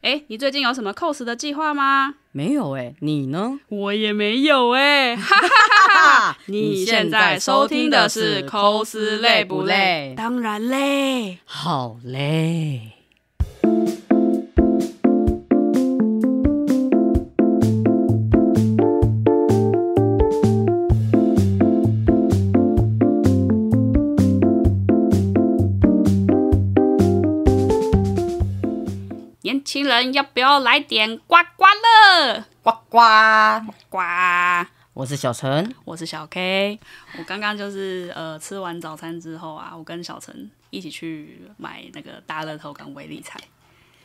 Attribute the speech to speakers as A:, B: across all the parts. A: 哎，你最近有什么 cos 的计划吗？
B: 没有哎、你呢？
A: 我也没有 哎、哈哈哈哈！你现在收听的是 cos 累不累？当然累。
B: 好嘞。
A: 年轻人要不要来点刮刮乐？
B: 呱呱，
A: 刮！
B: 我是小陈。
A: 我是小 K，我刚刚就是呃吃完早餐之后啊，我跟小陈一起去买那个大乐透跟威力彩。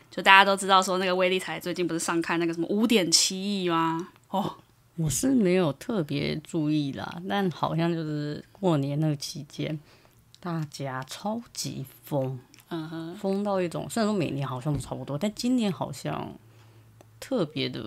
A: 就大家都知道说那个威力彩最近不是上看那个什么五点七亿吗？哦，
B: 我是没有特别注意啦，但好像就是过年那个期间，大家超级疯，
A: 嗯哼，
B: 疯到一种，虽然说每年好像差不多，但今年好像特别的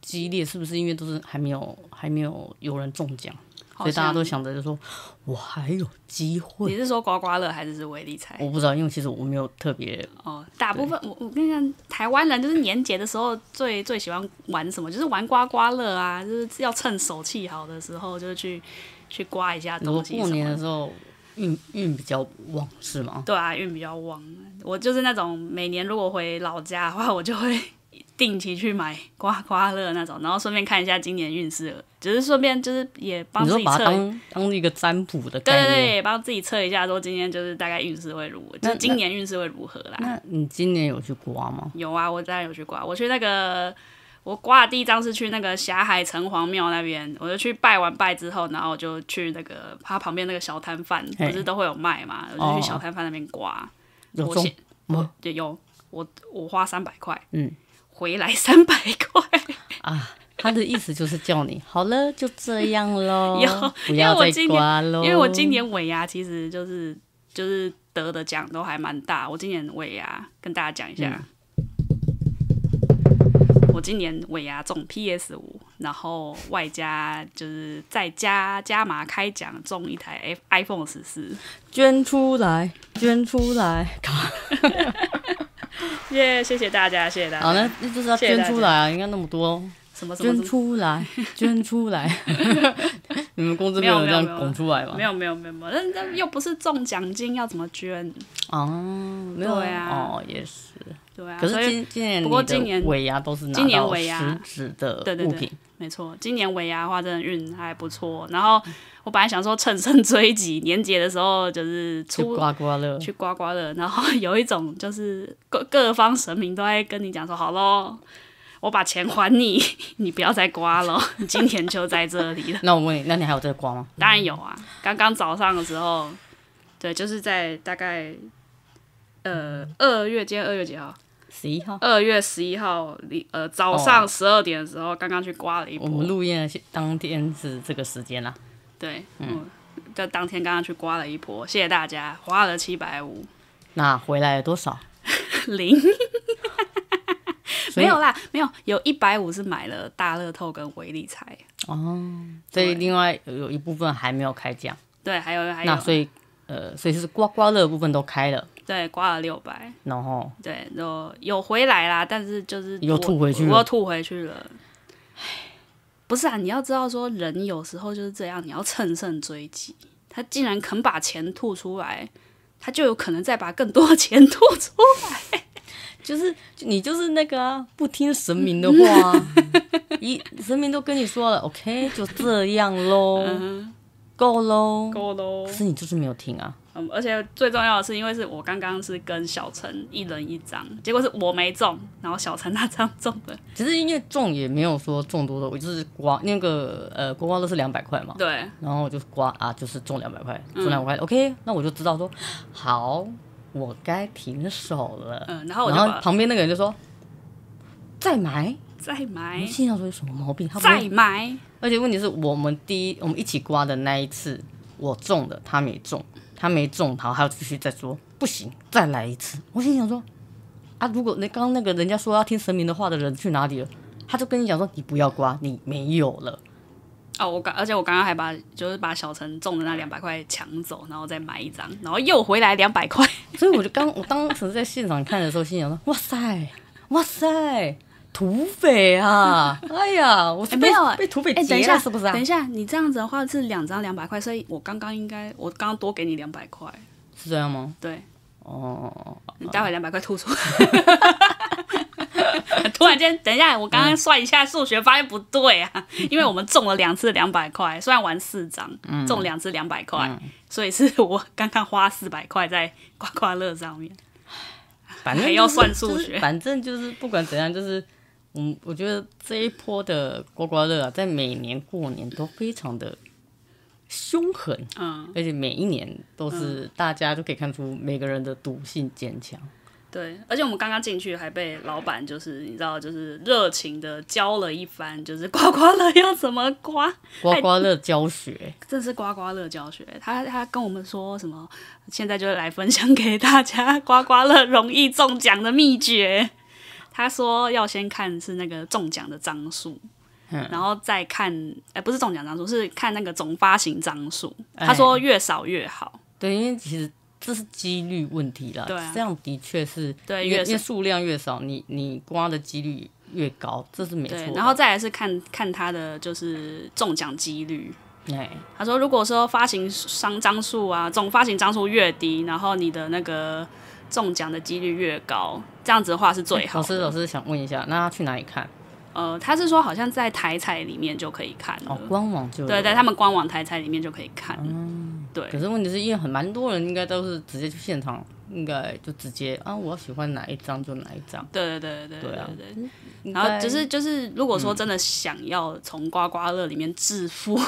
B: 激烈，是不是因为都是还没有还没有有人中奖，
A: 好
B: 所以大家
A: 像
B: 都想着就说我还有机会。
A: 你是说刮刮乐还是是威力彩？
B: 我不知道，因为其实我没有特别
A: 哦，大部分我我跟你讲，台湾人就是年节的时候最最喜欢玩什么，就是玩刮刮乐啊，就是要趁手气好的时候，就是去去刮一下
B: 我
A: 东西
B: 过
A: 什
B: 年
A: 么
B: 的
A: 的。
B: 时候运运比较旺是吗？
A: 对啊，运比较旺。我就是那种每年如果回老家的话，我就会定期去买刮刮乐那种，然后顺便看一下今年运势，只是顺便就是也帮
B: 你
A: 自
B: 说
A: 己
B: 把它
A: 测，对
B: 当当一个占卜的概
A: 对
B: 念。
A: 对，也帮自己测一下，说今天就是大概运势会如何，就
B: 那
A: 是今年运势会如何啦。
B: 那你今年有去刮吗？
A: 有啊，我当然有去刮，我去那个。我刮的第一张是去那个霞海城隍庙那边，我就去拜完拜之后，然后我就去那个他旁边那个小摊贩，
B: 嘿哦
A: 不是都会有卖嘛，我就去小摊贩那边刮。
B: 有
A: 我
B: 中
A: 先
B: 吗？
A: 就有我我花三百块，
B: 嗯，
A: 回来三百块，
B: 啊，他的意思就是叫你好了，就这样喽
A: 有，
B: 哦不
A: 因为
B: 要再
A: 我今
B: 刮喽。
A: 因为我今年尾牙其实就是就是得的奖都还蛮大，我今年尾牙跟大家讲一下。
B: 嗯
A: 我今年尾牙中 PS 五，然后外加就是再加加码开奖中一台 F- iPhone 十四，
B: 捐出来，捐出来。
A: 耶、谢谢大家，谢谢大家。
B: 好，那那就是要
A: 谢谢
B: 捐
A: 大
B: 出
A: 家
B: 来啊，应该那么多，
A: 什么什么
B: 捐
A: 什么
B: 出 来，捐出来。 你们公司
A: 没
B: 没
A: 有
B: 人
A: 没有
B: 这样
A: 没有
B: 拱出来吗
A: 没？有没有没有没有，那那又不是中奖金，要怎么捐？
B: 哦，没有
A: 对啊
B: 哦，也是。
A: 对啊，
B: 可
A: 所以
B: 是今今年
A: 不过
B: 你的
A: 今年
B: 尾牙都是拿
A: 今年
B: 到
A: 尾牙
B: 实质的
A: 对对
B: 物
A: 对
B: 品，
A: 没错，今年尾牙的话真的运还不错。然后我本来想说趁胜追击，年节的时候就是
B: 去
A: 出
B: 刮刮乐。
A: 去刮刮乐，然后有一种就是各各方神明都在跟你讲说，好喽，我把钱还你， 你不要再刮了，你今天就在这 里了。
B: 那我问你，那你还有在刮吗？
A: 当然有啊，刚刚早上的时候，对，就是在大概呃二月，今天二月几号？
B: 十一号，
A: 二月十一号，里呃早
B: 哦
A: 上十二点的时候，刚刚去刮了一波。
B: 我们录音的当天是这个时间啦。啊
A: 对，嗯，就当天刚刚去刮了一波，谢谢大家，花了七百五
B: 那回来了多少？
A: 零，
B: 所
A: 没
B: 以
A: 有啦，没有，有一百五是买了大乐透跟威力彩，哦
B: 所以另外有一部分还没有开奖，
A: 对，还有还
B: 那
A: 有，
B: 所以呃，所以是刮刮乐的部分都开了，
A: 对，刮了六百，
B: 然后
A: 对，有有回来啦，但是就是
B: 又
A: 我
B: 吐回去
A: 我
B: 了
A: 又吐回去了。不是啊，你要知道说，人有时候就是这样，你要乘胜追击。他竟然肯把钱吐出来，他就有可能再把更多的钱吐出
B: 就是就你就是那个啊、不听神明的话、啊，
A: 嗯
B: 一神明都跟你说了，OK，就这样喽，
A: 嗯
B: 够哦喽。
A: 够喽
B: 可是你就是没有听啊，
A: 嗯，而且最重要的是，因为是我刚刚是跟小陈一人一张，结果是我没中，然后小陈那张中了。
B: 其实因为中也没有说中多的，我就是刮那个呃刮刮乐是两百块嘛，
A: 对，
B: 然后我就刮啊，就是中两百块，
A: 嗯
B: 中两百块、o k 那我就知道说好，我该停手了。
A: 嗯，然后我就
B: 然后
A: 把
B: 旁边那个人就说：“再买。”
A: 再
B: 我
A: 买，
B: 心想说有什么毛病？嗯他不
A: 哎再
B: 会。
A: 买，
B: 而且问题是我们第一，我们一起刮的那一次，我中了，他没中，他没中，然后他又继续再说不行，再来一次。我心想说啊，如果那刚刚那个人家说要听神明的话的人去哪里了？他就跟你讲说你不要刮，你没有了。
A: 哦，我刚，而且我刚刚还把就是把小陈中的那两百块抢走，然后再买一张，然后又回来两百块。
B: 所以我就刚我当时在现场看的时候，心想说哇塞，哇塞，土匪啊！哎呀，我是
A: 哎没
B: 被、
A: 有啊
B: 被土匪
A: 哎、等一
B: 劫
A: 下，
B: 了，是不是啊
A: 等？一下，你这样子的话是两张两百块，所以我刚刚应该，我刚刚多给你两百块，
B: 是这样吗？
A: 对
B: 哦，
A: 你待会两百块吐出来。突然间，等一下，我刚刚算一下数学，发现不对啊，因为我们中了两次两百块，虽然玩四张，中两次两百块，所以是我刚刚花四百块在刮刮乐上面。
B: 反正、就
A: 还
B: 是、
A: 要算数
B: 就是
A: 学
B: 反正就是不管怎样，就是嗯，我觉得这一波的刮刮乐啊，在每年过年都非常的凶狠，
A: 嗯，
B: 而且每一年都是大家就可以看出每个人的赌性坚强。
A: 对，而且我们刚刚进去还被老板就是你知道就是热情的教了一番，就是刮刮乐要怎么刮。
B: 刮刮乐教学，
A: 这是刮刮乐教学，他他跟我们说什么？现在就来分享给大家刮刮乐容易中奖的秘诀。他说要先看是那个中奖的张数，
B: 嗯
A: 然后再看，哎、不是中奖张数，是看那个总发行张数。
B: 哎
A: 他说越少越好，
B: 对，因为其实这是几率问题啦。
A: 对啊
B: 这样的确是，
A: 对
B: 因为
A: 越少
B: 因为数量越少，你你刮的几率越高，这是没错
A: 对，
B: 的。
A: 然后再来是看看他的就是中奖几率。
B: 哎，
A: 他说，如果说发行商张数啊，总发行张数越低，然后你的那个中奖的几率越高，这样子的话是最好
B: 哎老
A: 的。
B: 师老师想问一下，那他去哪里看？
A: 呃，他是说好像在台彩里面就可以看了，
B: 哦，官网就有
A: 对，在他们官网台彩里面就可以看。对
B: 嗯可是问题是因为很蛮多人应该都是直接去现场，应该就直接啊，我喜欢哪一张就哪一张。
A: 对对对对
B: 对啊
A: 对对。然后就是就是，如果说真的想要从刮刮乐里面致 富，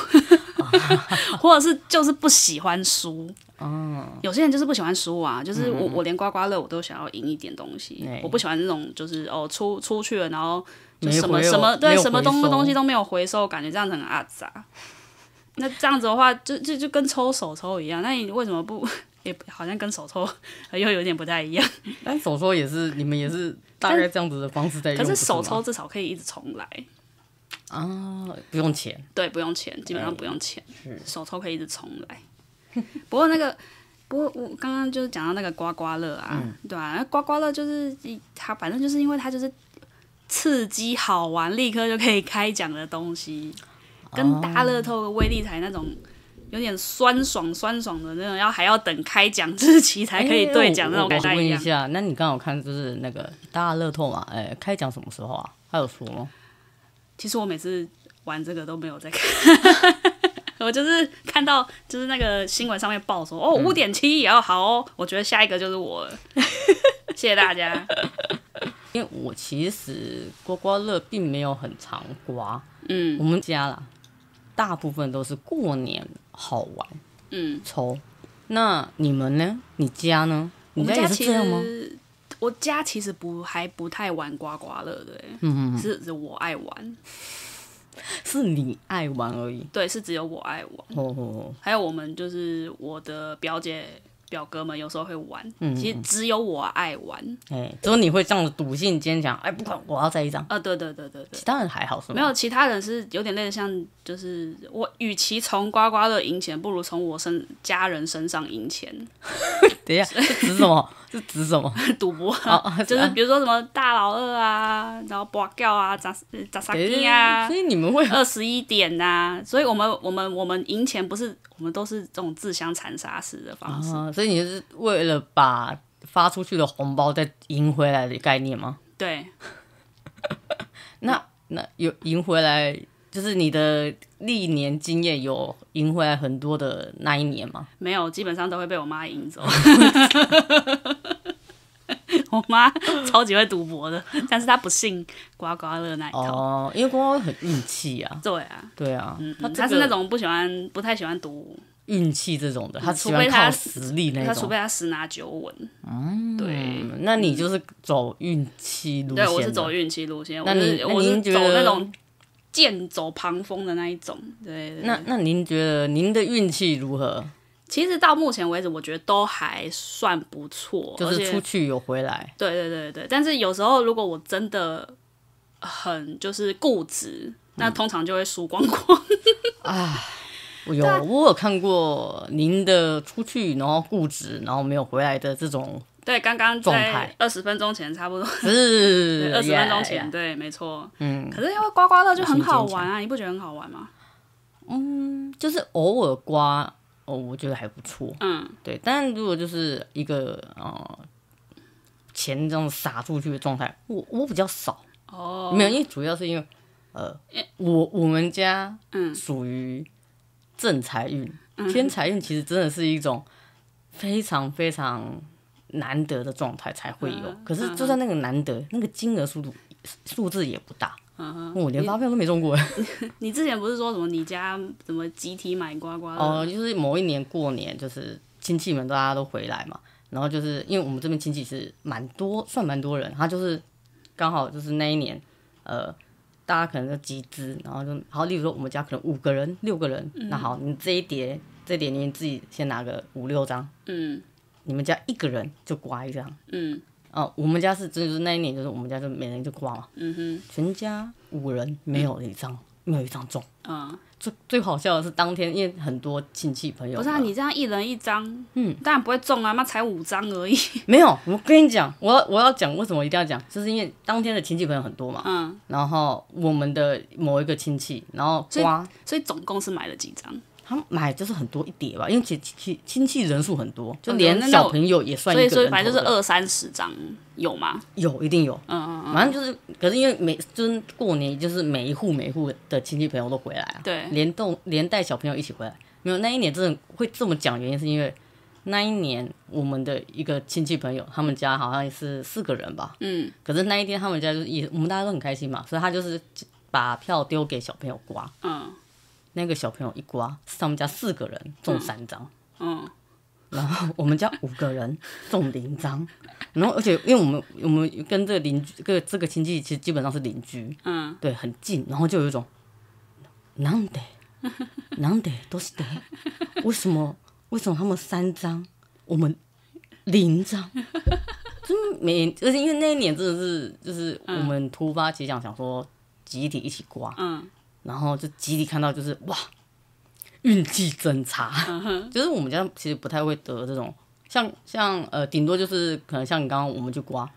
A: 或者是就是不喜欢输，
B: 嗯
A: 有些人就是不喜欢输啊，就是我我连刮刮乐我都想要赢一点东西，
B: 对
A: 我不喜欢那种就是哦出出去了然后就
B: 没
A: 什么
B: 回
A: 什么
B: 有
A: 对
B: 没有
A: 什么东
B: 回收
A: 东西都没有回收，感觉这样子很阿杂。那这样子的话，就就就跟抽手抽一样，那你为什么不 也好像跟手抽 又有点不太一样？
B: 但手抽也是，你们也是大概这样子的方式在用。
A: 可是
B: 不吗
A: 手抽至少可以一直重来，
B: 啊，不用钱，
A: 对，不用钱，基本上不用钱，手抽可以一直重来。 不过那个，不过我刚刚就是讲到那个刮刮乐啊，对啊，那刮刮乐就是一它反正就是因为它就是刺激好玩，立刻就可以开奖的东西，跟大乐透的威力彩那种。有点酸爽酸爽的那种，要还要等开奖日期才可以兑奖那种感
B: 哎我
A: 觉
B: 我
A: 一
B: 问一
A: 样。
B: 下，那你刚好看就是那个大乐透嘛？哎，开奖什么时候啊？他有说吗？
A: 其实我每次玩这个都没有在看， 我就是看到就是那个新闻上面报说哦
B: 嗯
A: 五点七也要好哦，我觉得下一个就是我了， 谢谢大家。
B: 因为我其实刮刮乐并没有很常刮，
A: 嗯
B: 我们家啦，大部分都是过年好玩
A: 嗯，
B: 抽。那你们呢？你家呢？
A: 我
B: 你
A: 们
B: 也
A: 家
B: 是
A: 其
B: 这样吗？
A: 实我家其实不还不太玩刮刮乐的、欸，
B: 嗯
A: 是是我爱玩，
B: 是你爱玩而已。
A: 对，是只有我爱玩。
B: 哦哦，
A: 还有我们就是我的表姐表哥们有时候会玩，
B: 嗯
A: 其实只有我爱玩。
B: 哎、只有你会这样子赌性坚强，哎，不管我要再一张。
A: 啊，对对对对对。
B: 其他人还好是吗？
A: 没有，其他人是有点类似像，就是我与其从刮刮乐赢钱，不如从我身家人身上赢钱，
B: 等一下，是指什么？是指什么？
A: 赌博啊、就是比如说什么大老二啊，然后博掉啊，砸砸傻鸡啊
B: 哎所，以你们会
A: 二十一点呐、所以我们我们我们赢钱不是我们都是这种自相残杀式的方式，
B: 啊，所以你是为了把发出去的红包再赢回来的概念吗？
A: 对，
B: 那那有赢回来，就是你的历年经验有赢回来很多的那一年吗？
A: 没有，基本上都会被我妈赢 走。我妈超级会赌博的，但是她不信刮刮乐那一套。
B: 哦，因为光光很运气啊，
A: 对啊，
B: 对啊，他
A: 他是那种不喜欢、不太喜欢赌，
B: 运气这种的，他喜
A: 嗯除非
B: 欢
A: 他
B: 靠实力那
A: 他除
B: 种。哦
A: 非他十拿九稳。对，
B: 嗯，那你就是走运气路线
A: 对
B: 的。
A: 我是走运气路线，我
B: 那您
A: 是我
B: 那
A: 是
B: 您觉
A: 走
B: 得
A: 那种剑走旁风的那一种。对对对
B: 那那您觉得您的运气如何？
A: 其实到目前为止，我觉得都还算不错，
B: 就
A: 而
B: 是
A: 且
B: 出去有回来，
A: 对对对对，但是有时候如果我真的很就是固执，那
B: 嗯
A: 通常就会输光光。
B: 我 有我有看过您的出去，然后固执，然后没有回来的这种
A: 对，刚刚
B: 状
A: 在
B: 态
A: 二十分钟前差不多，
B: 是
A: 二十分钟
B: yeah，
A: 前
B: yeah
A: 对，没错。
B: 嗯，
A: 可是因为刮刮乐就很好
B: 我先
A: 玩啊，你不觉得很好玩吗？
B: 就是偶尔刮，哦，我觉得还不错。
A: 嗯，
B: 对，但如果就是一个呃钱这样撒出去的状态，我我比较少，
A: 哦，
B: 没有，因为主要是因为呃，我我们家
A: 嗯
B: 属于正财运，偏财运其实真的是一种非常非常难得的状态才会有。可是就算那个难得，那个金额数度数字也不大。我连发票都没中过
A: 你之前不是说什么你家怎么集体买刮刮乐？
B: 哦，就是某一年过年，就是亲戚们大家都回来嘛，然后就是因为我们这边亲戚是蛮多，算蛮多人，他就是刚好就是那一年，呃，大家可能就集资，然后就好，例如说我们家可能五个人、六个人，那好，你这一叠这一叠你自己先拿个五六张，
A: 嗯
B: 你们家一个人就刮一张，
A: 嗯
B: 哦、我们家是真的就是那一年就是我们家就每人就刮嘛，
A: 嗯
B: 全家五人没有一张、没有一张中。
A: 哼，嗯，
B: 最最好笑的是当天，因为很多亲戚朋友
A: 不是啊，
B: 呃
A: 你这样一人一张，嗯，当然不会中啊，妈才五张而已。
B: 没有，我跟你讲，我要我要讲为什么一定要讲，就是因为当天的亲戚朋友很多嘛，
A: 嗯，
B: 然后我们的某一个亲戚，然后
A: 所以
B: 瓜
A: 所以总共是买了几张？
B: 他们买就是很多一叠吧，因为亲亲亲戚人数很多，就
A: 嗯
B: 连
A: 那那
B: 小
A: 我
B: 朋友也算
A: 所
B: 一
A: 以
B: 个
A: 所以
B: 人头的，
A: 反正就是二三十张有吗？
B: 有一定有，
A: 嗯嗯
B: 反正就是，可是因为每就是过年，就是每一户每一户的亲戚朋友都回来啊，
A: 对
B: 连动连带小朋友一起回来。没有那一年真的会这么讲，原因是因为那一年我们的一个亲戚朋友，他们家好像是四个人吧，
A: 嗯
B: 可是那一天他们家就是也我们大家都很开心嘛，所以他就是把票丢给小朋友刮，
A: 嗯
B: 那个小朋友一刮，是他们家四个人中三张。
A: 嗯
B: 然后我们家五个人中零张，然后而且因为我们我们跟这个邻居，这个这个亲戚其实基本上是邻居，
A: 嗯，
B: 对，很近，然后就有一种，なんで，なんで都是的，为什么为什么他们三张，我们零张？真每，而且因为那一年真的是就是我们突发奇想，想说集体一起刮，
A: 嗯，
B: 然后就集体看到就是哇，运气真差，就是我们家其实不太会得这种，像像呃，顶多就是可能像你刚刚我们去刮，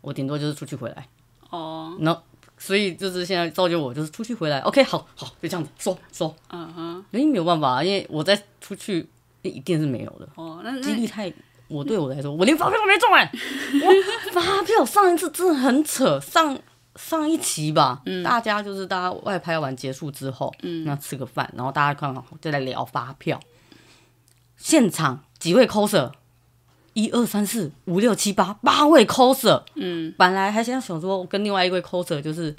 B: 我顶多就是出去回来，
A: 哦，
B: 然后所以就是现在造就我就是出去回来，OK，好好就这样子收收，
A: 嗯哼，
B: 因为没有办法，因为我再出去一定是没有的，
A: 哦，那
B: 几
A: 那
B: 率太。我对我来说，我连发票都没中哎、我发票上一次真的很扯，上上一期吧，
A: 嗯
B: 大家就是大家外拍完结束之后，那吃个饭，然后大家看好就来聊发票。现场几位 coser，一二三四五六七八八位 coser，
A: 嗯
B: 本来还想想说，我跟另外一位 coser 就是，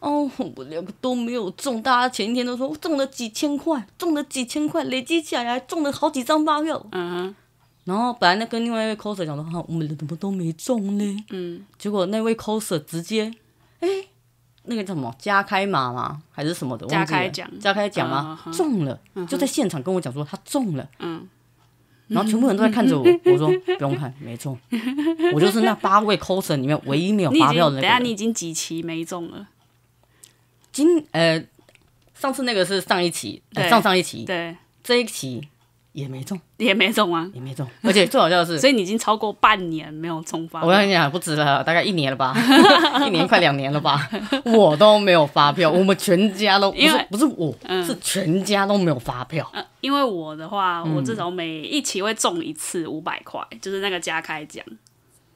B: 哦，我两个都没有中，大家前一天都说我哦中了几千块，中了几千块，累积起来还中了好几张发票，
A: 嗯哼
B: 然后本来那跟另外一位 coser 讲的话，我们怎么都没中呢？
A: 嗯
B: 结果那位 coser 直接，哎、那个叫什么加开码吗？还是什么的？
A: 加开
B: 忘记了
A: 奖
B: 加开奖
A: 嗯
B: 吗？
A: 哼
B: 中了，就在现场跟我讲说他 中了，
A: 嗯
B: 然后全部人都在看着我，我说不用看，没中，我就是那八位 coser 里面唯一没有
A: 你已
B: 发
A: 经
B: 票
A: 等一
B: 的那个
A: 下
B: 人。
A: 你已经几期没中了？
B: 今呃上次那个是上一期，呃
A: 对
B: 上上一期，
A: 对，
B: 这一期也没中，
A: 也没中啊，
B: 也没中， 而且最好笑的是，
A: 所以你已经超过半年没有中发
B: 我跟你讲，不止了，大概一年 了吧，一年快两年了吧， 我都没有发票，我们全家都不
A: 因
B: 是
A: 为嗯
B: 不是我，是全家都没有发票。
A: 呃，因为我的话，我至少每一期会中一次五百块，就是那个加开奖。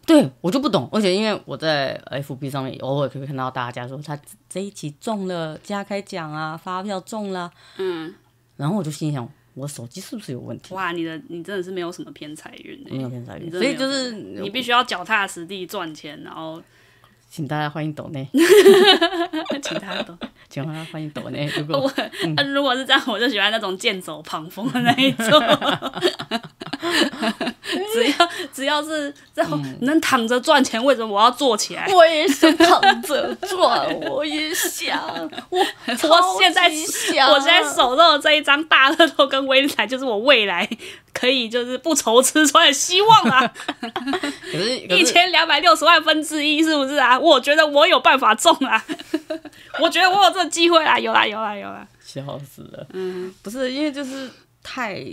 B: 对我就不懂，而且因为我在 FB 上面偶尔可以看到大家说他这一期中了加开奖啊，发票中了，
A: 嗯，
B: 然后我就心想，我手机是不是有问题？
A: 哇，你的你真的是没有什么偏财运
B: 没
A: 欸
B: 有偏财运，
A: 你真
B: 所
A: 的
B: 以就是
A: 你必须要脚踏实地赚钱，然后
B: 请大家欢迎抖内，
A: 其他的。
B: 请大家欢迎抖内。如果
A: 那、如果是这样，我就喜欢那种剑走旁风的那一种。只要只要是这样能躺着赚钱，为什么我要坐起来？
B: 我也想躺着赚，我也想， 我
A: 我现在
B: 超级想，
A: 我现在手上的这一张大乐透跟威力彩，就是我未来可以就是不愁吃穿的希望啊！
B: 可是可是
A: 一千两百六十万分之一，是不是啊？我觉得我有办法中啊！ 我觉得我有这个机会啊！有啦，有啦，有啦！
B: 笑死了。嗯，不是因为就是太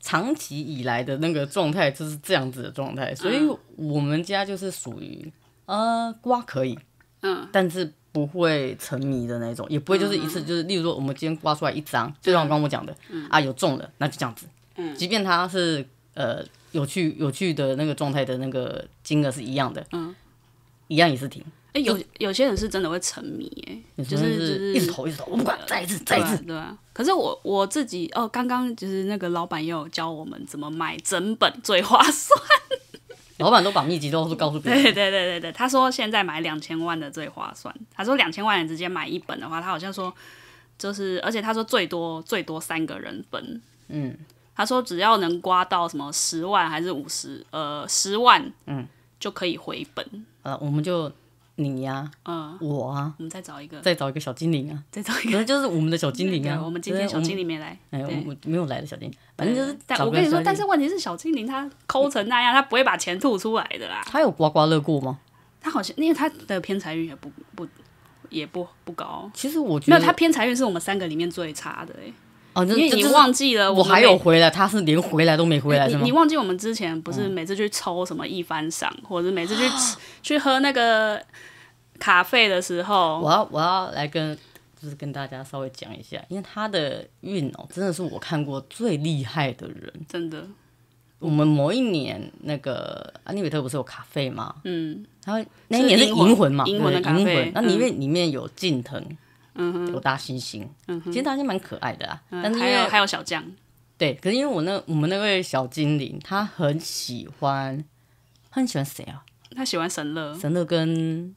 B: 长期以来的那个状态就是这样子的状态，所以我们家就是属于呃瓜可以，
A: 嗯，
B: 但是不会沉迷的那种，也不会就是一次就是，例如说我们今天刮出来一张，就像我刚刚我讲的，
A: 嗯
B: 啊有中了，那就这样子，嗯，即便它是呃有趣有趣的那个状态的那个金额是一样的，嗯，一样也是停，
A: 哎、有有些人是真的会沉迷、欸，哎，就
B: 真的
A: 就是是
B: 一直投一直投，我不管，再一次再
A: 对
B: 一
A: 啊
B: 次，，
A: 对啊。可是我我自己哦，刚刚就是那个老板也有教我们怎么买整本最划算。
B: 老板都把秘籍都是告诉别人，
A: 对 对对对对，他说现在买两千万的最划算。他说两千万人直接买一本的话，他好像说就是，而且他说最多最多三个人分。
B: 嗯，
A: 他说只要能刮到什么十万还是五十，呃，十万，嗯，就可以回本。
B: 呃，我们就你呀、
A: 嗯，
B: 我啊，
A: 我们再找一个，
B: 再找一个小精灵啊，
A: 再找一
B: 可
A: 个。
B: 能就是我们的小精灵
A: 对
B: 啊，
A: 我们今天小精灵没来，
B: 哎，我哎
A: 对
B: 我没有来的小精灵，反正就是
A: 但
B: 找
A: 我
B: 个
A: 跟你说
B: 小，精
A: 但是问题是小精灵他抠成那样，他不会把钱吐出来的啦。
B: 他有刮刮乐过吗？
A: 他好像因为他的偏财运也不不也不不高，
B: 其实我觉
A: 没
B: 得
A: 有他偏财运是我们三个里面最差的、欸，
B: 哦，就
A: 因为
B: 就
A: 你
B: 就是
A: 忘记了
B: 我
A: 们
B: 还有
A: 每。
B: 回来，他是连回来都没回来
A: 你
B: 是吗嗯
A: 你？忘记我们之前不是每次去抽什么一番 赏，或者是每次去吃去喝那个咖啡的时候，
B: 我要我要来跟就是跟大家稍微讲一下，因为他的运哦，真的是我看过最厉害的人。
A: 真的，
B: 我们某一年那个安妮韦特不是有咖啡吗？
A: 嗯，
B: 然后那一年是
A: 是银魂
B: 银魂嘛，
A: 银魂的
B: 对银
A: 咖啡嗯
B: 魂，那里面里面有近藤，有大猩猩，其实大猩猩蛮可爱的啊，但
A: 嗯
B: 是因
A: 还
B: 为
A: 有还有小将，
B: 对，可是因为我那我们那位小精灵，他很喜欢，他很喜欢谁啊？
A: 他喜欢神乐
B: 神乐跟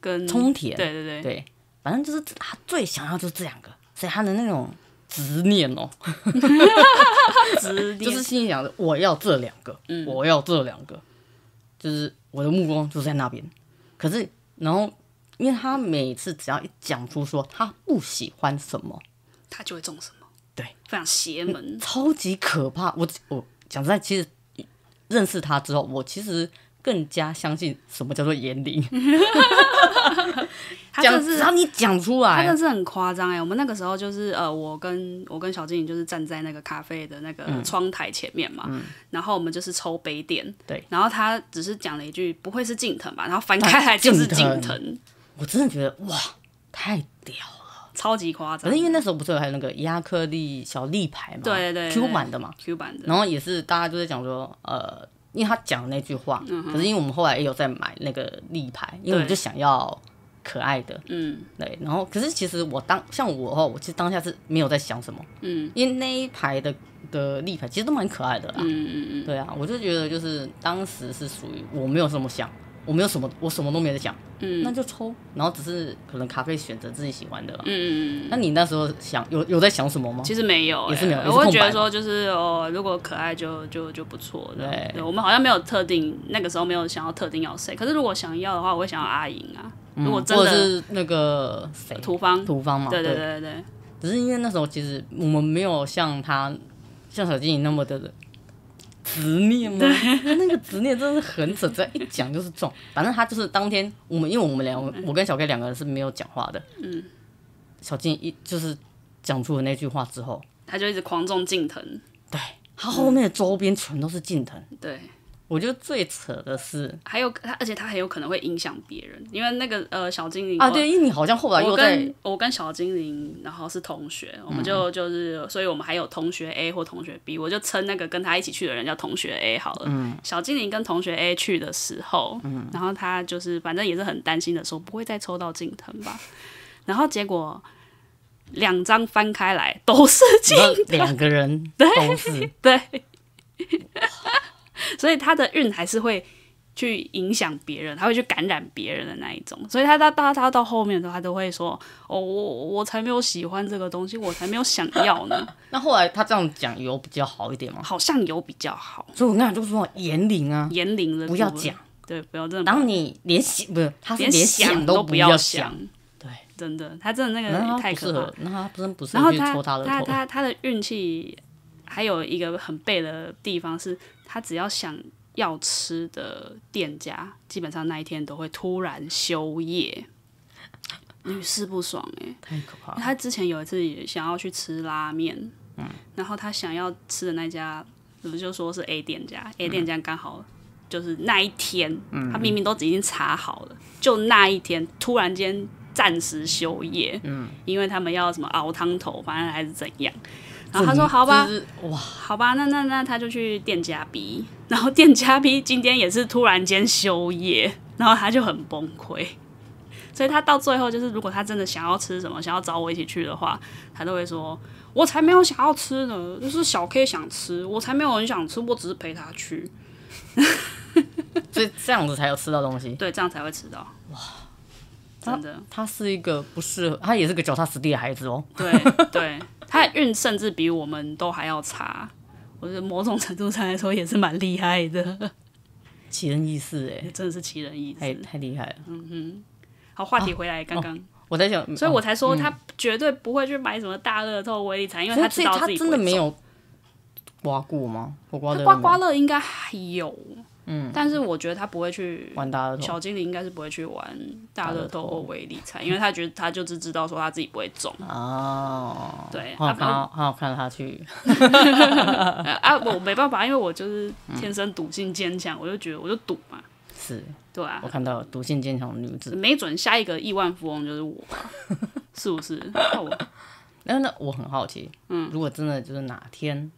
A: 跟
B: 冲田，
A: 对对对，
B: 对，反正就是他最想要就是这两个，所以他的那种执念哦，
A: 直
B: 就
A: 就是是
B: 心里想着我要这两个，
A: 嗯
B: 我要这两个，就是我的目光就在那边。可是，然后因为他每次只要一讲出说他不喜欢什么，
A: 他就会中什么，
B: 对，
A: 非常邪 门，
B: 超级可怕。我我讲实在，其实认识他之后，我其实更加相信什么叫做言灵。
A: 嗯他
B: 讲，
A: 真的
B: 只
A: 是
B: 要你讲出
A: 他真
B: 来
A: 的，是很夸张哎！我们那个时候就是呃，我跟我跟小精灵就是站在那个咖啡的那个
B: 嗯
A: 窗台前面嘛，然后我们就是抽杯垫，
B: 对，
A: 然后他只是讲了一句“不会是近藤吧”，然后翻开来就是
B: 近藤
A: 近藤，
B: 我真的觉得哇，太屌了。
A: 超级夸
B: 可
A: 张
B: 是。因为那时候不是有还有那个亚克力小立牌嘛，
A: 对对对
B: ，Q 版的嘛，
A: Q 版的，
B: 然后也是大家就在讲说，呃，因为他讲的那句话，可是因为我们后来也有在买那个立牌，因为我们就想要可爱的，
A: 嗯
B: 对。然后可是其实我当像我的话，我其实当下是没有在想什么，
A: 嗯，
B: 因为那一排的的立牌其实都蛮可爱的啦，
A: 嗯嗯嗯，
B: 对啊，我就觉得就是当时是属于我没有什么想，我没有什么，我什么都没有在想，
A: 嗯，
B: 那就抽，然后只是可能咖啡选择自己喜欢的啦，
A: 嗯嗯嗯，
B: 那你那时候想有有在想什么吗？
A: 其实没有、欸，
B: 也是没有也是
A: 我会觉
B: 空白
A: 得
B: 嘛
A: 说就是哦，如果可爱就就就不错的。
B: 对
A: 我们好像没有特定，那个时候没有想要特定要谁，可是如果想要的话，我会想要阿莹啊。如果真
B: 嗯或者
A: 的
B: 是那个谁
A: 土方，
B: 土方嘛，
A: 对对对对对。
B: 只是因为那时候其实我们没有像他像小精灵那么的执念嘛，他那个执念真的是很扯，只要一讲就是中。反正他就是当天我们，因为我们两个，
A: 嗯
B: 我跟小 K 两个人是没有讲话的。嗯，小精灵一就是讲出了那句话之后，
A: 他就一直狂中近藤，
B: 对他后面的周边全都是近藤。
A: 对，
B: 我觉得最扯的是
A: 还有他，而且他很有可能会影响别人，因为那个呃小精灵
B: 啊，对，因为你好像后来
A: 我，
B: 又
A: 我
B: 在
A: 跟我跟小精灵然后是同学，我们就、就是，所以我们还有同学 A 或同学 B，我就称那个跟他一起去的人叫同学 A 好了。小精灵跟同学 A 去的时候，然后他就是反正也是很担心的说不会再抽到近藤吧，然后结果两张翻开来都是近
B: 然后两个人都是
A: 对， 所以他的运还是会去影响别人，他会去感染别人的那一种。所以他到到他到后面的时候，他都会说：“哦，我我才没有喜欢这个东西，我才没有想要呢，
B: 那后来他这样讲有比较好一点吗？
A: 好像有比较好。
B: 所以我跟你就说言灵啊”，
A: 言灵的
B: 不要
A: 部分
B: 讲。，
A: 对，不要真的不要，
B: 当你连想不是，他是
A: 连
B: 连
A: 想
B: 都
A: 不
B: 要
A: 想。，
B: 对，
A: 真的，他真的那
B: 那
A: 个
B: 他
A: 太
B: 不
A: 可
B: 适
A: 怕了
B: 合，那他真不适
A: 然后
B: 合去
A: 他
B: 戳他的
A: 他
B: 头。
A: 他他的运气还有一个很背的地方是，他只要想要吃的店家，基本上那一天都会突然休业，屡试不爽哎、
B: 太可怕了！
A: 他之前有一次也想要去吃拉面，嗯，然后他想要吃的那家，我们就说是 A 店家，A 店家刚好就是那一天，他明明都已经查好了，就那一天突然间暂时休业，嗯，因为他们要什么熬汤头，反正还是怎样。然后他说：“好吧，
B: 这嗯是，哇，
A: 好吧，那那那他就去店家 B，然后店家 B 今天也是突然间休业，然后他就很崩溃。所以他到最后就是，如果他真的想要吃什么，想要找我一起去的话，他都会说：“我才没有想要吃呢，就是小 K 想吃，我才没有很想吃，我只是陪他去。
B: 所以这样子才有吃到东”西。
A: 对，这样才会吃到。哇，真的，
B: 他是一个不适合，他也是个脚踏实地的孩子哦。
A: 对对，他的运甚至比我们都还要差。我觉得某种程度上来说也是蛮厉害的，
B: 奇人异事哎，
A: 真的是奇人异事。
B: 太太厉害了。
A: 好，话题
B: 哦
A: 回来，刚刚，
B: 我在想，
A: 所以
B: 哦
A: 我才说他绝对不会去买什么大乐透、威力彩，因为
B: 哦所以
A: 知道
B: 他
A: 自己
B: 真的
A: 不会
B: 没
A: 中。
B: 有刮过吗？我刮
A: 他
B: 的
A: 刮刮乐应该还有，嗯，但是我觉得他不会去，
B: 玩大乐透，
A: 小精灵应该是不会去玩大乐透或威力彩，因为他觉得他就只知道说他自己不会中， 啊
B: 哦，
A: 对
B: 很好
A: 啊
B: 看，很好看他去，
A: 呃啊，我没办法，因为我就是天生赌性坚强，我就觉得我就赌嘛，
B: 嗯是
A: 对啊
B: 我，看到了毒性坚强的女子。
A: 没准下一个亿万富翁就是我吧，是不是？那 我
B: 那那我很好奇，嗯，如果真的就是哪天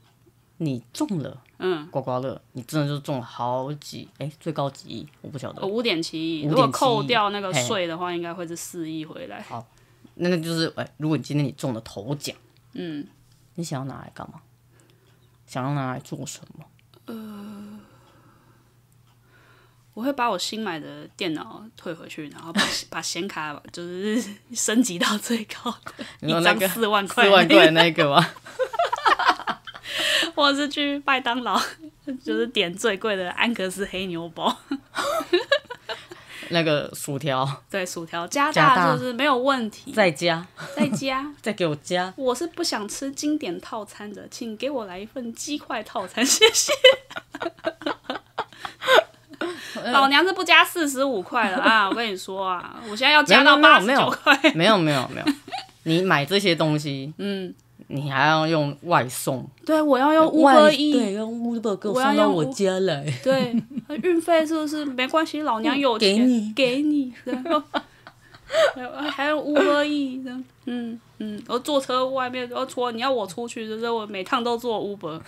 B: 你中了，嗯，刮刮乐，你真的就中了好几，哎，最高几亿，我不晓得，
A: 五点七亿，
B: 5.7
A: 如果扣掉那个
B: 嘿
A: 税的话，应该会是四亿回来。
B: 那个就是，哎，如果你今天你中了头奖，嗯，你想要拿来干嘛？想要拿来做什么？
A: 我会把我新买的电脑退回去，然后把把显卡就是升级到最高的，
B: 你
A: 一
B: 说那
A: 张
B: 个
A: 四万块，
B: 四万块的那个吗？
A: 或者是去麦当劳， 就是点最贵的安格斯黑牛堡，
B: 那个薯条
A: 对，薯条加
B: 加
A: 大
B: 大
A: 就是没有问题，
B: 再加，
A: 再加。
B: 再给我加，
A: 我是不想吃经典套餐的，请给我来一份鸡块套餐，谢 谢。老娘是不加四十五块了啊！我跟你说啊，我现在要加到
B: 没
A: 八
B: 有
A: 十
B: 没有没有
A: 九块。
B: 没有没有没有，你买这些东西，
A: 嗯，
B: 你还要用外送，
A: 对，我要用乌
B: 外
A: 龟一，
B: 对，用 Uber 给我
A: 我要
B: 送到
A: 用
B: 我
A: Uber-
B: 家来，
A: 对，运费是不是没关系？老娘有
B: 嗯给
A: 钱，
B: 你
A: 给你，然后还有 Uber E，这样嗯嗯，我坐车外面，我说你要我出去，就是我每趟都坐 Uber，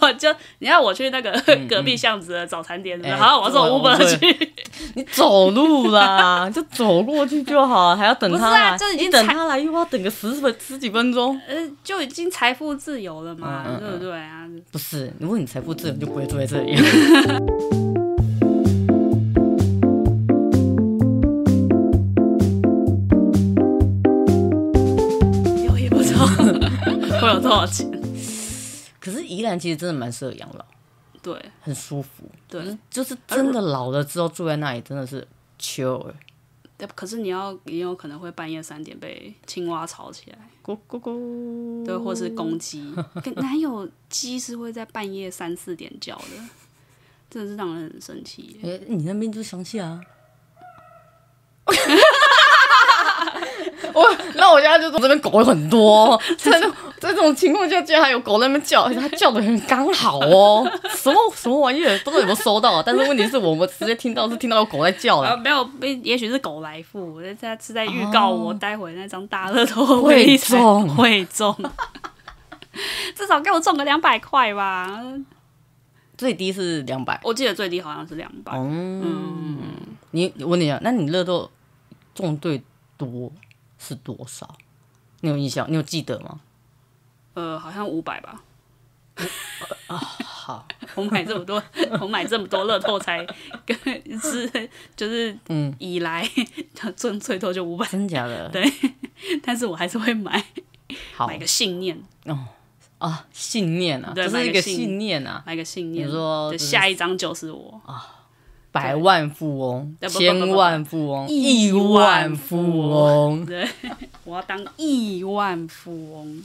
A: 我就你要我去那个隔壁巷子的早餐店，
B: 嗯哎
A: 好，我坐
B: 我
A: Uber 去，
B: 你走路啦，就走过去就好，还要等
A: 不是
B: 他
A: 啊
B: 来，
A: 这已
B: 你
A: 经
B: 等
A: 才
B: 他来又要等个十分十几分钟，
A: 呃，就已经财富自由了嘛，
B: 嗯
A: 对不对啊？
B: 不是，如果你财富自由，你就不会坐在这里。
A: 有也不知道会有多少钱，
B: 可是宜兰其实真的蛮适合养老，
A: 对
B: 很舒服，
A: 对。
B: 就是真的老了之后住在那里真的是 chill，欸
A: 对，可是你要也有可能会半夜三点被青蛙吵起来，
B: 咕咕咕，
A: 对，或是公 鸡。跟哪有鸡是会在半夜三四点叫的？真的是让人很生气耶。
B: 哎、你那边就详细啊。 我那我现在就说这边狗有 很多，在这在这种情况下，竟然还有狗在那边叫，而且它叫的很刚好哦，什么什么玩意儿，不知道有没有收到。啊但是问题是我们直接听到是听到有狗在叫
A: 啊，
B: 了，
A: 没有，被也许是狗来富，我在在是在预告我待会那张大乐透
B: 哦会
A: 一彩
B: 中
A: 会中， 至少给我中个两百块吧。
B: 最低是两百。
A: 我记得最低好像是两百、
B: 嗯，你我问你啊，那你乐透中最多是多少？你有印象？你有记得吗？
A: 呃，好像五百吧。
B: 呃啊好，
A: 我买这么 多，我买这么多乐透才跟是就是
B: 嗯
A: 以来， 最最多就五百，
B: 真假的？
A: 对但是我还是会买，
B: 好
A: 买个信念，
B: 啊，信念啊，
A: 对
B: 这
A: 买
B: 是
A: 个
B: 一个
A: 信
B: 信念啊。
A: 买个信念。
B: 你说
A: 对
B: 就是哦
A: 下一张就是我，
B: 百万富翁、
A: 对不不不不
B: 千万富翁、
A: 亿
B: 亿
A: 万
B: 万
A: 富翁
B: 富翁。
A: 我要当亿万富翁。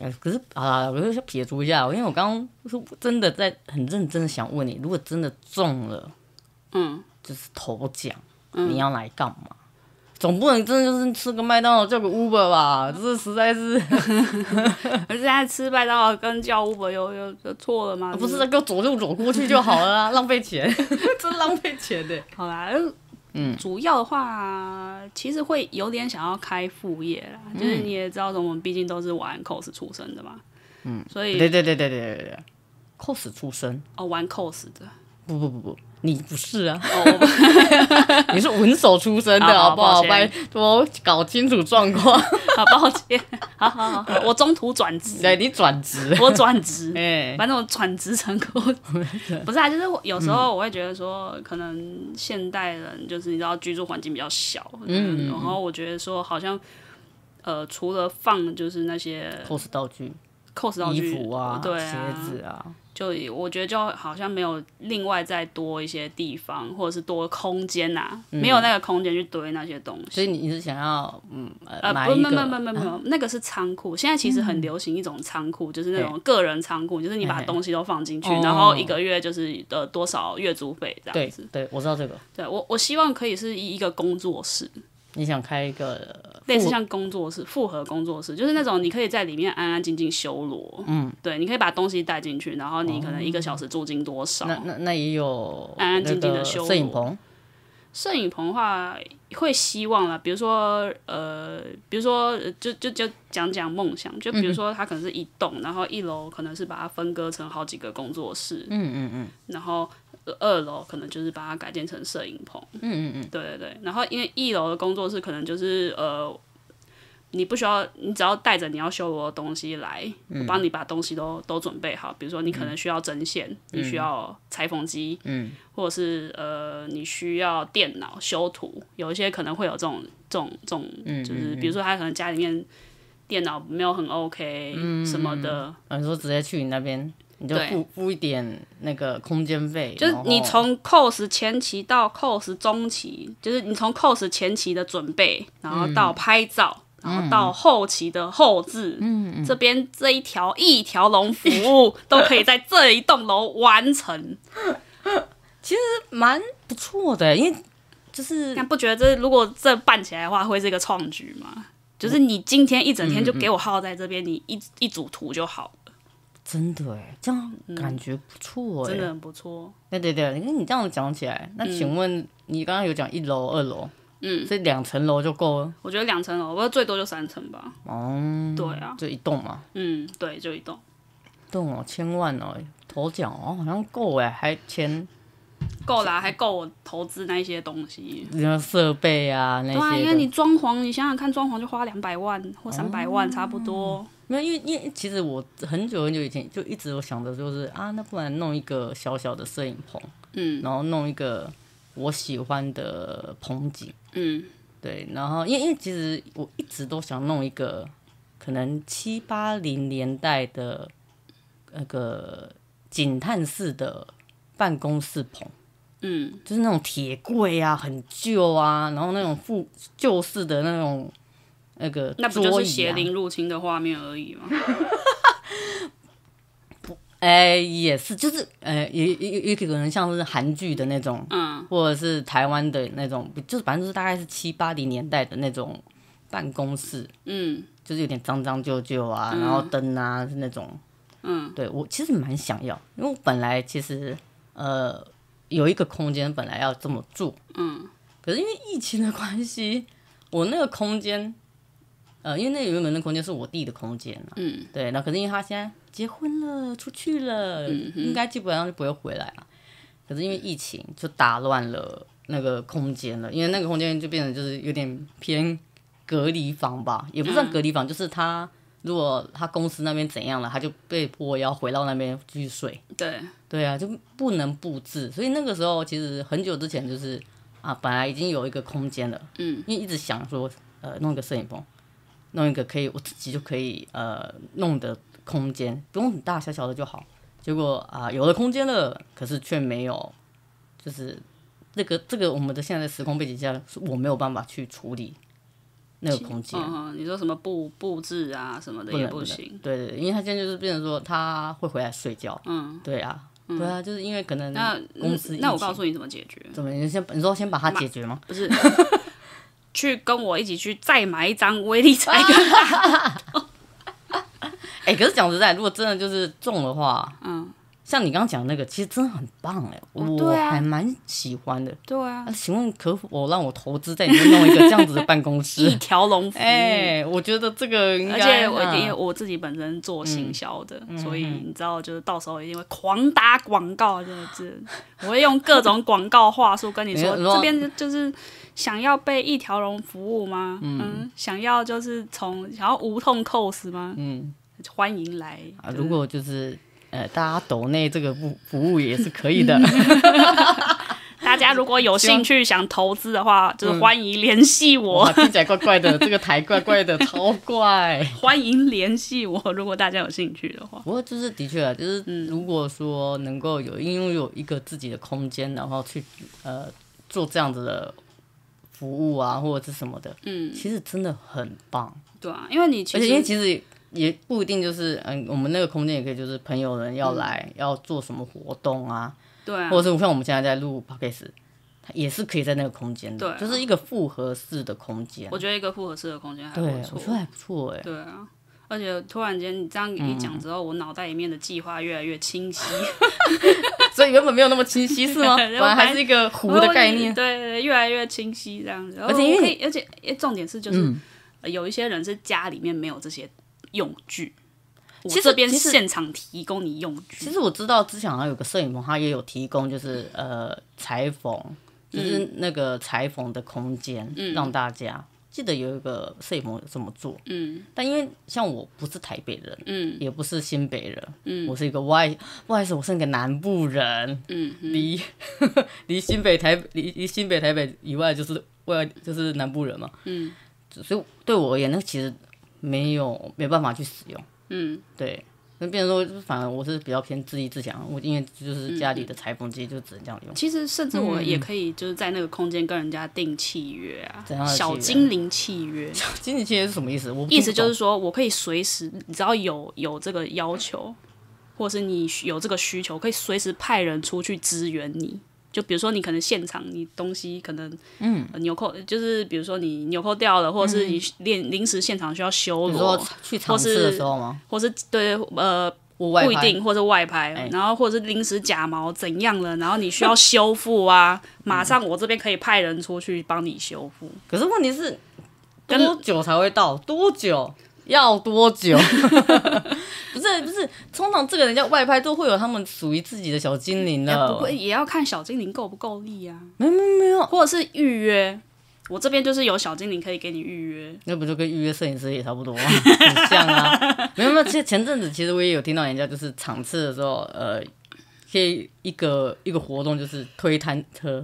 B: 哎可是啊，我就是撇除一下，因为我刚刚是真的在很认真的想问你，如果真的中了
A: 嗯，
B: 就是头奖，你要来干嘛？总不能真的就是吃个麦当劳叫个 Uber 吧？这实在是
A: 可是现在吃麦当劳跟叫 Uber 又又又错了吗？
B: 哦不，
A: 就是
B: 给我走路走过去就好了啊，浪费 钱，真浪费钱的。
A: 好啦，嗯，主要的话，其实会有点想要开副业啦，
B: 嗯
A: 就是你也知道，我们毕竟都是玩 cos 出身的嘛，嗯，所以
B: 对对对对对对对，cos 出身，
A: 哦玩 cos 的，
B: 不不不不，你不是啊，
A: 哦，我 不
B: 你是文手出身的，
A: 啊好
B: 好不好？
A: 抱歉
B: 拜托搞清楚状 况，
A: 好抱歉，好好好，好我中途转职，
B: 对哎你转 职，
A: 我转 职，
B: 哎、
A: 反正我转职成功， 不是啊，就是我有时候我会觉得说，可能现代人就是你知道居住环境比较小，嗯，然后我觉得说好像，呃，除了放就是那些
B: cos 道具、
A: cos 道具
B: 衣服啊、
A: 对
B: 鞋
A: 啊，
B: 子啊，
A: 就我觉得就好像没有另外再多一些地方，或者是多空间呐、啊，没有那个空间去堆那些东
B: 嗯所以
A: 西。
B: 你是想要嗯呃
A: 呃，
B: 买
A: 不，
B: 一
A: 没
B: 个嗯
A: 有没有没有没有没有，那个是仓库。现在其实很流行一种仓库，就是那种个人仓库，就是你把
B: 嘿嘿
A: 东西都放进去，
B: 哦
A: 然后一个月就是呃多少月租费这样
B: 对
A: 子。
B: 对，我知道这个，
A: 对我我希望可以是一一个工作室，
B: 你想开一个呃
A: 类似
B: 复
A: 像工作室复合工作室，就是那种你可以在里面安安静静修罗。嗯，对，你可以把东西带进去，然后你可能一个小时租金多少？
B: 哦那那那也有
A: 安安
B: 那
A: 静静地
B: 个
A: 修
B: 摄影
A: 路
B: 棚，
A: 摄影棚的话，会希望啦，比如说呃，比如说呃就就就讲讲梦想，就比如说它可能是一栋，然后一楼可能是把它分割成好几个工作室，嗯嗯嗯，然后呃二楼可能就是把它改建成摄影棚，嗯嗯嗯，对对对，然后因为一楼的工作室可能就是呃。你不需要，你只要带着你要修罗的东西来，我帮你把东西都都准备好。比如说，你可能需要针线，你需要裁缝机，或者是呃，你需要电脑修图，有一些可能会有这种这种这种，就是比如说他可能家里面电脑没有很 OK 什么的，
B: 啊你说直接去你那边，你就
A: 对
B: 付付一点那个空间费，
A: 就是
B: 然后
A: 你从 cos 前期到 cos 中期，就是你从 cos 前期的准备，然后到拍照。然后到后期的后置，嗯，这边这一条一条龙服务都可以在这一栋楼完成。
B: 蛮不错的，因为就是
A: 那不觉得这如果这办起来的话，会是一个创举吗？就是你今天一整天
B: 嗯
A: 就给我耗在这边，你一一组图就好，
B: 真的哎，这样感觉不错哎
A: 真。的很不错。
B: 对对对，你你这样讲起来，
A: 嗯
B: 那请问你刚刚有讲一楼、二楼，嗯，这两层楼就够了，
A: 我觉得两层楼，我最多就三层吧。哦，对啊，
B: 就一栋嘛，
A: 嗯，对，就一栋。
B: 一栋哦，千万哦，头奖哦，好像够哎，还钱
A: 够啦，还够我投资那一些东西。
B: 你的设备啊那
A: 对啊，
B: 些
A: 因为
B: 的。
A: 你装潢，你想想看，装潢就花两百万或三百
B: 哦
A: 万差不多。
B: 没有，因为因为其实我很久很久以前就一直有想着，就是啊，那不然弄一个小小的摄影棚，
A: 嗯
B: 然后弄一个我喜欢的棚景，
A: 嗯
B: 对，然后因为因为其实我一直都想弄一个可能七八零年代的那个警探式的办公室棚，
A: 嗯，
B: 就是那种铁柜啊，很旧啊，然后那种复旧式的那种那个
A: 那不就
B: 桌
A: 是
B: 椅
A: 邪
B: 啊，
A: 灵入侵的画面而已吗？
B: 哎、也是，就是呃，也也也可能像是韩剧的那种，
A: 嗯，
B: 或者是台湾的那种，就是反正就是大概是七八零年代的那种办公室，
A: 嗯，
B: 就是有点脏脏旧旧啊，然后灯啊是那种，嗯，对我其实蛮想要，因为我本来其实呃有一个空间本来要这么做，嗯，可是因为疫情的关系，我那个空间，呃，因为那个原本的空间是我弟的空间嘛，嗯，对，那可是因为他现在结婚了，出去了，应该基本上就不会回来了。可是因为疫情就打乱了那个空间了，因为那个空间就变成就是有点偏隔离房吧，也不算隔离房，就是他如果他公司那边怎样了，他就被迫要回到那边继续睡。
A: 对，
B: 对啊，就不能布置，所以那个时候其实很久之前就是啊，本来已经有一个空间了，嗯，因为一直想说呃弄一个摄影棚，弄一个可以我自己就可以呃弄的空间，不用很大，小小的就好。结果啊、有了空间了，可是却没有，就是这个这个我们的现在的时空背景下，是我没有办法去处理那个空间。
A: 嗯，嗯你说什么布布置啊什么的也
B: 能能
A: 行。
B: 对对对，因为他现在就是变成说他会回来睡觉，嗯，对啊，对啊，就是因为可能
A: 那
B: 嗯公司
A: 那我
B: 疫情
A: 告诉你怎么解决，
B: 怎么？你先你说先把它解决吗？
A: 不是 去跟我一起去再买一张威力彩
B: 啊
A: 跟大
B: 哎、可是讲实在，如果真的就是中的话，
A: 嗯，
B: 像你刚刚讲的那个，其实真的很棒哎、我
A: 对啊
B: 还蛮喜欢的。
A: 对啊
B: 啊，，请问可否让我投资在里面弄一个这样子的办 公
A: 一
B: 室？
A: 条龙服务。
B: 哎、我觉得这个应该，
A: 而且我一定
B: 嗯
A: 我自己本身做行销的，所以你知道，就是到时候一定会狂打广告，就是我会用各种广告话术跟你说，
B: 你说
A: 这边就是想要被一条龙服务吗？嗯想要就是从想要无痛 cos 吗？嗯，欢迎来。
B: 啊，
A: 就是
B: 如果就是呃，大家抖内这个服服务也是可以 的。
A: 大家如果有兴趣想投资的话，就是欢迎联系我，
B: 哇，听起来怪怪的，这个台怪怪的，超怪。
A: 欢迎联系我。如果大家有兴趣的话，
B: 不过就是的确啊，就是如果说能够有拥有一个自己的空间，然后去呃做这样子的服务啊，或者是什么的，嗯，其实真的很棒。
A: 对啊，因为你其
B: 而且因为
A: 实
B: 其实也不一定就是嗯，我们那个空间也可以就是朋友人要来、要做什么活动嗯啊，
A: 对啊，
B: 或者是像我们现在在录 podcast，它也是可以在那个空间的，
A: 对啊
B: 就是一个复合式的空间。
A: 我觉得一个复合式的空间还
B: 对，
A: 不
B: 我
A: 错
B: 觉。得还不错哎、
A: 对啊，而且突然间你这样一讲之后，我脑袋里面的计划越来越清晰，
B: 嗯所以原本没有那么清晰是 吗？
A: 对
B: 本来还是一个湖的概念。
A: 对对对，越来越清晰这样子。
B: 而且因为嗯
A: 我可以，而且诶重点是就是、呃有一些人是家里面没有这些用具，我
B: 其实
A: 这边
B: 其实
A: 现场提供你用具。
B: 其实我知道之前好像有个摄影棚，它也有提供就是呃裁缝，就是那个裁缝的空间、让大家。记得有一个摄影棚有这么做，嗯，但因为像我不是台北人，嗯，也不是新北人，嗯，我是一个外，不好意思，我是一个南部人，嗯，离 离新北台离离新北台北以外就是外就是南部人嘛，嗯，所以对我而言，那其实没有没办法去使用，嗯，对，那变成说，就是反而我是比较偏自立自强，我因为就是家里的裁缝机就只能这样用。
A: 其实，甚至我也可以就是在那个空间跟人家订契约啊，
B: 嗯怎样的契约
A: 小精灵契约。
B: 经济契约是什么意思？我
A: 意思就是
B: 是
A: 说我可以随时，你只要有有这个要求，或是你需有这个需求，可以随时派人出去支援你。就比如说你可能现场你东西可能嗯纽扣，就是比如说你纽扣掉了，或者是你临临时现场需要修
B: 你
A: 罗
B: 嗯说，去尝试的时候吗？
A: 或是对呃
B: 我外
A: 不
B: 拍哎
A: 一定，或者外拍，然后或者是临时假毛怎样了，然后你需要修复啊，
B: 嗯
A: 马上我这边可以派人出去帮你修复。
B: 可是问题是多久才会到？多久？要多 久？不是不是，通常这个人家外拍都会有他们属于自己的小精灵
A: 哎
B: 了。
A: 不过也要看小精灵够不够力啊。
B: 没有没有没有，
A: 或者是预约。我这边就是有小精灵可以给你预约，
B: 那不就跟预约摄影师也差不多吗，
A: 哎
B: 很像啊。没有没有，其实前阵子其实我也有听到人家就是场次的时候，呃，可以一个一个活动就是推摊车，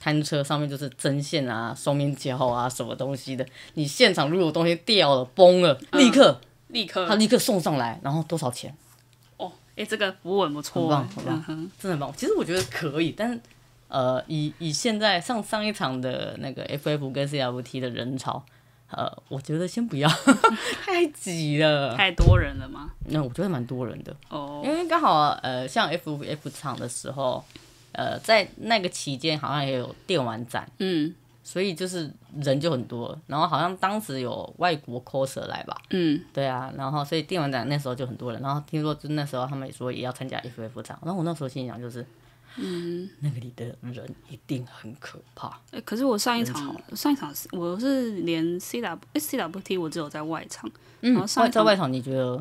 B: 摊车上面就是针线啊、双面胶啊什么东西的。你现场如果东西掉了、崩了，
A: 嗯
B: 立刻、
A: 立刻
B: 他立刻送上来，然后多少钱？
A: 哦，哎、这个服务很不错，
B: 很棒很棒
A: 嗯哼，
B: 真的很棒。其实我觉得可以，但是。呃，以以现在上上一场的那个 FF 跟 CFT 的人潮，呃，我觉得先不要， 太挤了。
A: 太多人了吗？
B: 那我觉得蛮多人的，
A: 哦，
B: 因为刚好呃，像 F F 场的时候，呃，在那个期间好像也有电玩展，
A: 嗯
B: 所以就是人就很多。然后好像当时有外国 coser 来吧，
A: 嗯，
B: 对啊，然后所以电玩展那时候就很多人。然后听说就那时候他们也说也要参加 F F 场，然后我那时候心想就是，嗯，那个里的人一定很可怕。
A: 诶哎可是我上一场上一场是我是连 C W、诶 C W T 我只有在外场，然后上
B: 嗯外
A: 一
B: 在
A: 场
B: 外场你觉得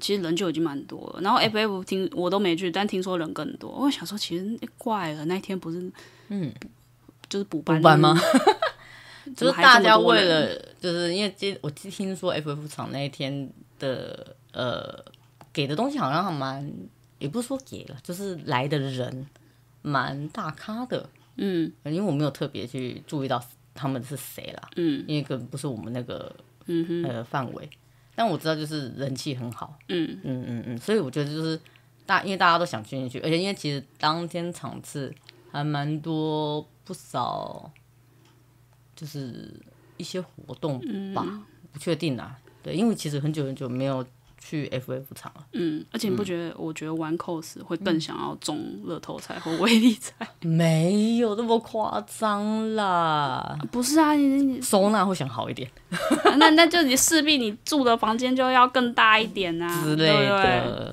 A: 其实人就已经蛮多了，然后 F F 听我都没去，但听说人更多，我想说其实、诶怪了，那一天不是嗯就是补班
B: 补班吗？
A: 怎
B: 就
A: 么
B: 是
A: 还
B: 大
A: 这么
B: 家
A: 多
B: 为
A: 人
B: 了，就是因为今我听听说 FF 场那一天的呃给的东西好像还蛮，也不是说给了，就是来的人蛮大咖的，
A: 嗯
B: 因为我没有特别去注意到他们是谁啦，
A: 嗯
B: 因为可能不是我们那个
A: 嗯哼
B: 呃范围，但我知道就是人气很好，
A: 嗯
B: 嗯嗯嗯，所以我觉得就是大，因为大家都想进去，而且因为其实当天场次还蛮多不少，
A: 嗯
B: 就是一些活动吧，不确定啊。对，因为其实很久很久没有去 FF 场了。
A: 嗯，而且你不觉得？我觉得玩 cos 会更想要中乐透彩或威力彩。
B: 没有那么夸张啦，
A: 不是啊，你你
B: 收纳嗯会想好一点
A: 那那就你势必你住的房间就要更大一点啊，
B: 之类
A: 对不
B: 的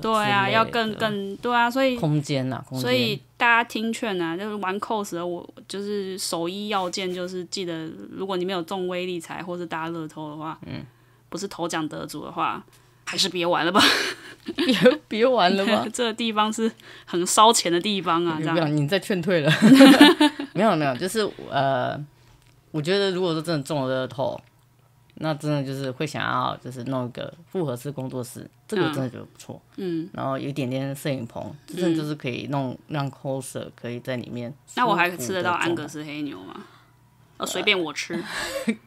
A: 对？对
B: 之类
A: 啊，
B: 的
A: 要更更对啊，所以
B: 空间呐，空间。
A: 所以大家听劝啊，就是玩 cos 的我就是首一要件就是记得，如果你没有中威力彩或是大乐透的话，嗯，不是头奖得主的话，还是别玩了吧，，
B: 别别玩了吧
A: 这个地方是很烧钱的地 方啊，这
B: 没
A: 样
B: 有，你在劝 退了。没有没有，就是呃，我觉得如果说真的中了乐透，那真的就是会想要就是弄一个复合式工作室，这个我真的觉得不错。嗯，然后有一点点摄影棚，真的就是可以弄让 coser 可以在里面。
A: 嗯那我还吃得到安格
B: 斯？
A: 斯黑牛吗？
B: 哦
A: 呃，随便我吃，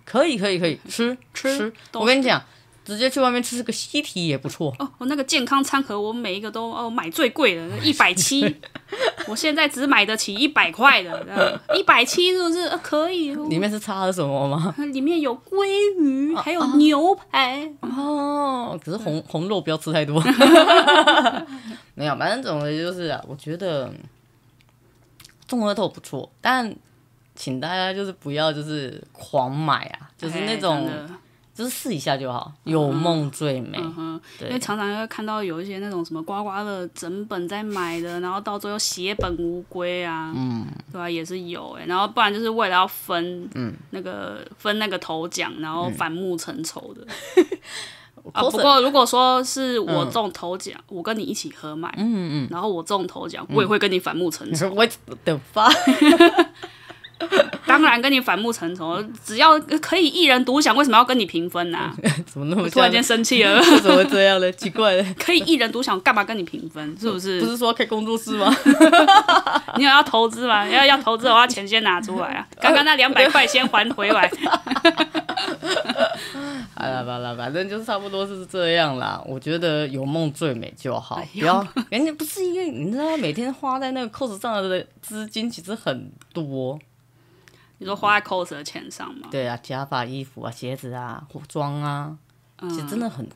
B: 可以可以可以吃
A: 吃
B: 吃，
A: 都
B: 我跟你讲。直接去外面吃个西提也不错，
A: 哦，我那个健康餐盒，我每一个都哦买最贵 的，一百七，我现在只买得起一百块的，一百七是不是、呃可以？
B: 里面是插了什么吗？
A: 里面有鲑鱼，还有牛排，
B: 哦，可是红红肉不要吃太多。 没有，反正总之就是、啊，我觉得中乐透不错，但请大家就是不要就是狂买啊，就是那
A: 哎真
B: 种、
A: 的
B: 就是试一下就好，有梦最美。
A: 嗯哼，因
B: 对
A: 为常常会看到有一些那种什么刮刮乐整本在买的，然后到最后血本无归啊，嗯，对吧、也是有哎、然后不然就是为了要分，嗯，那个分那个头奖，然后反目成仇的。啊，不过如果说是我中头奖，我跟你一起合买，嗯嗯，然后我中头奖，我也会跟你反目成
B: 你
A: 仇。
B: 说 What the fuck？
A: 当然跟你反目成仇，只要可以一人独享，为什么要跟你平分呢、啊
B: 怎么那么
A: 突然间
B: 像
A: 生气了，
B: 为什么会这样呢？奇怪了，
A: 可以一人独享，干嘛跟你平分？是不是？
B: 不是说要开工作室吗？
A: 你有要投资吗？要要投资的话，钱先拿出来 啊！刚刚那两百块先还回来。
B: 好了吧了，反正就是差不多是这样啦。我觉得有梦最美就好，
A: 哎
B: 不要人家不是因为你知道，每天花在那个 cos 上的资金其实很多。
A: 你说花在 cos 的钱上吗？
B: 对啊，假发、衣服啊、鞋子啊、服装啊，其实真的
A: 嗯
B: 很。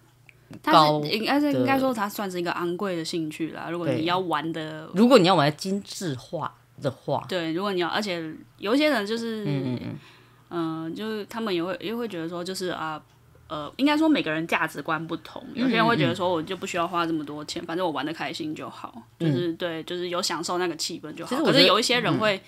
A: 它
B: 高
A: 是应该是应该说它算是一个昂贵的兴趣啦。如果
B: 对
A: 你要玩的，
B: 如果你要玩精致化的话，
A: 对，如果你要，而且有一些人就是，嗯就是他们也会也会觉得说，就是啊。呃，应该说每个人价值观不同，有些人会
B: 嗯
A: 觉得说，我就不需要花这么多钱，反正我玩的开心就好，就是对，就是有享受那个气氛就
B: 嗯其
A: 好。
B: 实我
A: 可
B: 觉
A: 是
B: 得嗯
A: 有一些人会，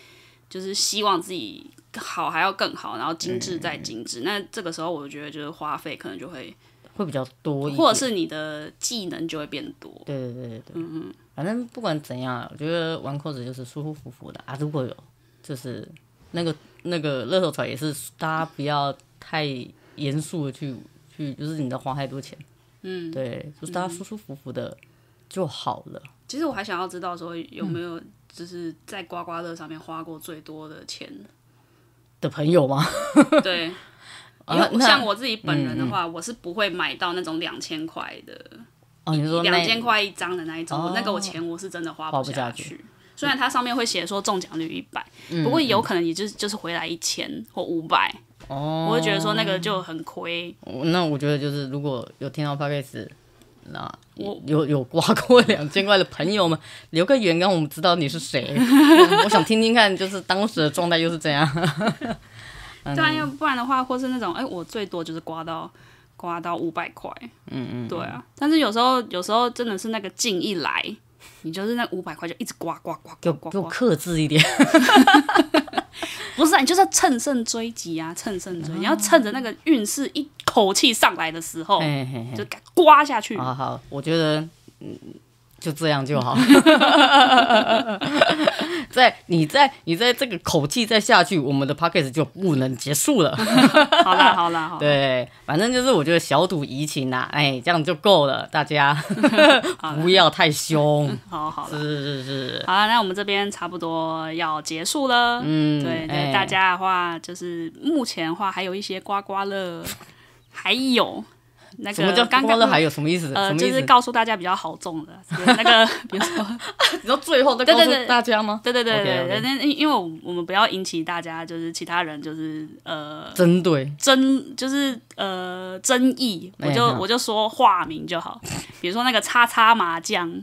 A: 就是希望自己好还要更好，然后精致
B: 嗯
A: 再精致。那这个时候，我觉得就是花费可能就会，
B: 会比较多一点。
A: 或者是你的技能就会变多。
B: 对对对对对，嗯嗯，反正不管怎样啊，我觉得玩 cos 就是舒舒服服的啊。如果有就是那个那个热手彩也是，大家不要太严肃的去去，就是你在花太多钱，嗯，对，就是大家舒舒服服的就好了。
A: 其实我还想要知道说，有
B: 嗯
A: 没有就是在刮刮乐上面花过最多的钱
B: 的朋友吗？
A: 对，
B: 啊
A: 因为我
B: 那嗯
A: 像我自己本人的话，我是不会买到那种两千块的，
B: 哦，你说
A: 两
B: 那
A: 千块一张的那一种，
B: 哦
A: 那个我钱我是真的花
B: 花
A: 下
B: 不下去。嗯
A: 虽然它上面会写说中奖率一百，不过有可能也就是就是回来一千或五百，
B: 哦，
A: 我会觉得说那个就很亏。
B: 我那我觉得就是如果有听到 podcast，那
A: 我
B: 有有刮过两千块的朋友们，留个言让我们知道你是谁。嗯我想听听看，就是当时的状态又是怎样。嗯
A: 对啊，要不然的话，或是那种哎、我最多就是刮到刮到五百块，嗯嗯，对啊。但是有时候有时候真的是那个劲一来，你就是那五百块就一直刮刮刮
B: 给
A: 刮刮
B: 我给我
A: 刮，
B: 克制一点，
A: 不是、啊，你就是要乘胜追击啊，乘胜追，你要趁着那个运势一口气上来的时候，
B: 嘿啊嘿嘿，
A: 就赶刮下去。
B: 好好，我觉得嗯，就这样就好。 在你在你在这个口气再下去，我们的 p o c k e t 就不能结束了。
A: 好啦，好啦，好啦，
B: 对，反正就是我觉得小赌怡情呐、哎，这样就够了，大家 不要太凶。
A: 好好啦。
B: 是是是，
A: 好啦，那我们这边差不多要结束了。嗯，对，那
B: 哎
A: 大家的话，就是目前的话还有一些刮刮乐，还有那
B: 什么
A: 个
B: 叫
A: 刚
B: 刮
A: 刚
B: 乐还有什么意思？
A: 呃
B: 什，么
A: 就
B: 意
A: 是
B: 思？
A: 告诉大家比较好中的那 个，比如说，
B: 你知道最后再
A: 对
B: 告
A: 对
B: 诉
A: 对
B: 大家吗？
A: 对对对对
B: OK，OK
A: 对，那因因为我我们不要引起大家就是其他人就是呃
B: 针对
A: 争就是呃争议，
B: 哎
A: 我就
B: 好
A: 我就说化名就好， 比如说那个叉叉麻将，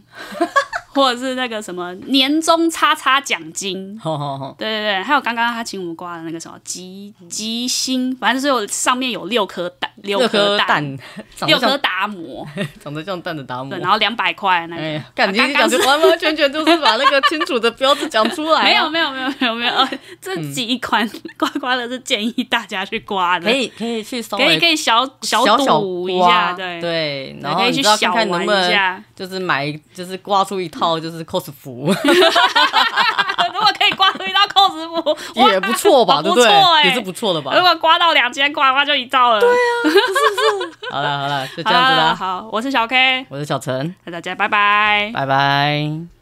A: 或者是那个什么年终叉叉奖金。
B: 好好好，
A: 对对对，还有刚刚他请我们刮的那个什么吉吉星，反正就是有上面有六颗蛋，六
B: 嗯六
A: 颗
B: 颗
A: 蛋，
B: 蛋，长
A: 六颗
B: 得像哎
A: 达摩，
B: 长得像蛋的达摩
A: 对，。然后两百块那个，
B: 哎呀，感觉
A: 刚
B: 你
A: 刚
B: 讲就完完全全就是把那个清楚的标志讲出来啊。
A: 没有没有没有没有没
B: 哎
A: 有，呃 这几款 刮刮乐是建议大家去刮的，
B: 可以可以去稍
A: 可以
B: 微
A: 可以小
B: 小
A: 赌一下，
B: 刮
A: 对，
B: 对，
A: 对
B: 然后
A: 可以
B: 你
A: 去
B: 知道
A: 小
B: 看看能
A: 玩
B: 不
A: 一
B: 能
A: 下。
B: 就是买就是刮出一套就是 cos 服
A: 如果可以刮出一道扣子服，哇
B: 也不错吧，
A: 很
B: 对
A: 不
B: 不对
A: 错？哎、
B: 也是不错的吧
A: 如？果刮到两千块，哇，就一道了。对啊，
B: 好啊了好了，就这
A: 好
B: 样子
A: 啦
B: 啦。
A: 好，我是小 K，
B: 我是小陈，
A: 大家拜拜。
B: 拜拜。